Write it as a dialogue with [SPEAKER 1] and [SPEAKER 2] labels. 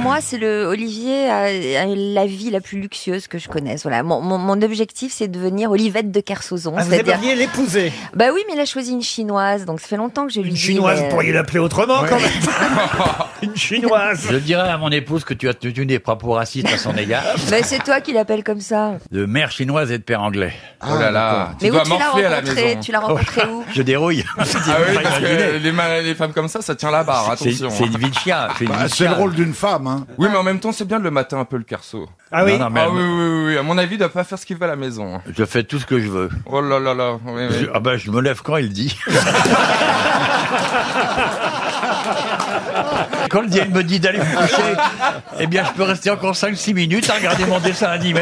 [SPEAKER 1] moi, c'est le Olivier, euh, euh, la vie la plus luxueuse que je connaisse. Voilà, mon, mon- mon objectif, c'est de devenir Olivette de Kersauzon.
[SPEAKER 2] Ah, vous
[SPEAKER 1] c'est-à-dire-
[SPEAKER 2] aimeriez l'épouser
[SPEAKER 1] Bah oui, mais il a choisi une chinoise, donc ça fait longtemps que je lui
[SPEAKER 2] Une
[SPEAKER 1] dis.
[SPEAKER 2] chinoise,
[SPEAKER 1] mais,
[SPEAKER 2] vous
[SPEAKER 1] euh,
[SPEAKER 2] pourriez l'appeler autrement quand même Une chinoise
[SPEAKER 3] Je dirais à mon épouse que tu as tenu des propos racistes à son égard,
[SPEAKER 1] Mais bah, c'est toi qui l'appelles comme ça.
[SPEAKER 3] de mère chinoise et de père anglais.
[SPEAKER 4] oh là là, tu
[SPEAKER 1] mais
[SPEAKER 4] dois
[SPEAKER 1] où tu l'as
[SPEAKER 4] morfler à la
[SPEAKER 1] rencontré
[SPEAKER 4] maison.
[SPEAKER 1] Tu l'as rencontré
[SPEAKER 2] Oh.
[SPEAKER 1] où
[SPEAKER 3] Je dérouille.
[SPEAKER 4] Ah oui, parce que
[SPEAKER 3] Imaginez.
[SPEAKER 4] les, ma- les femmes comme ça, ça tient la barre,
[SPEAKER 3] C'est
[SPEAKER 4] attention. hein.
[SPEAKER 3] c'est une vie de chien. C'est une
[SPEAKER 5] Bah,
[SPEAKER 3] vie de
[SPEAKER 5] c'est le
[SPEAKER 3] chien.
[SPEAKER 5] rôle d'une femme. Hein.
[SPEAKER 4] Oui, mais en même temps, c'est bien de le matin un peu le carceau.
[SPEAKER 2] Ah oui
[SPEAKER 3] Non, non, mais
[SPEAKER 4] Ah oui, oui, oui, oui, à mon avis, il doit pas faire ce qu'il veut à la maison.
[SPEAKER 3] Je fais tout ce que je veux.
[SPEAKER 4] Oh là là là, oui, oui.
[SPEAKER 3] Je- ah bah, je me lève quand il dit. Quand le diable me dit d'aller me coucher, eh bien, je peux rester encore 5-6 minutes à regarder mon dessin animé.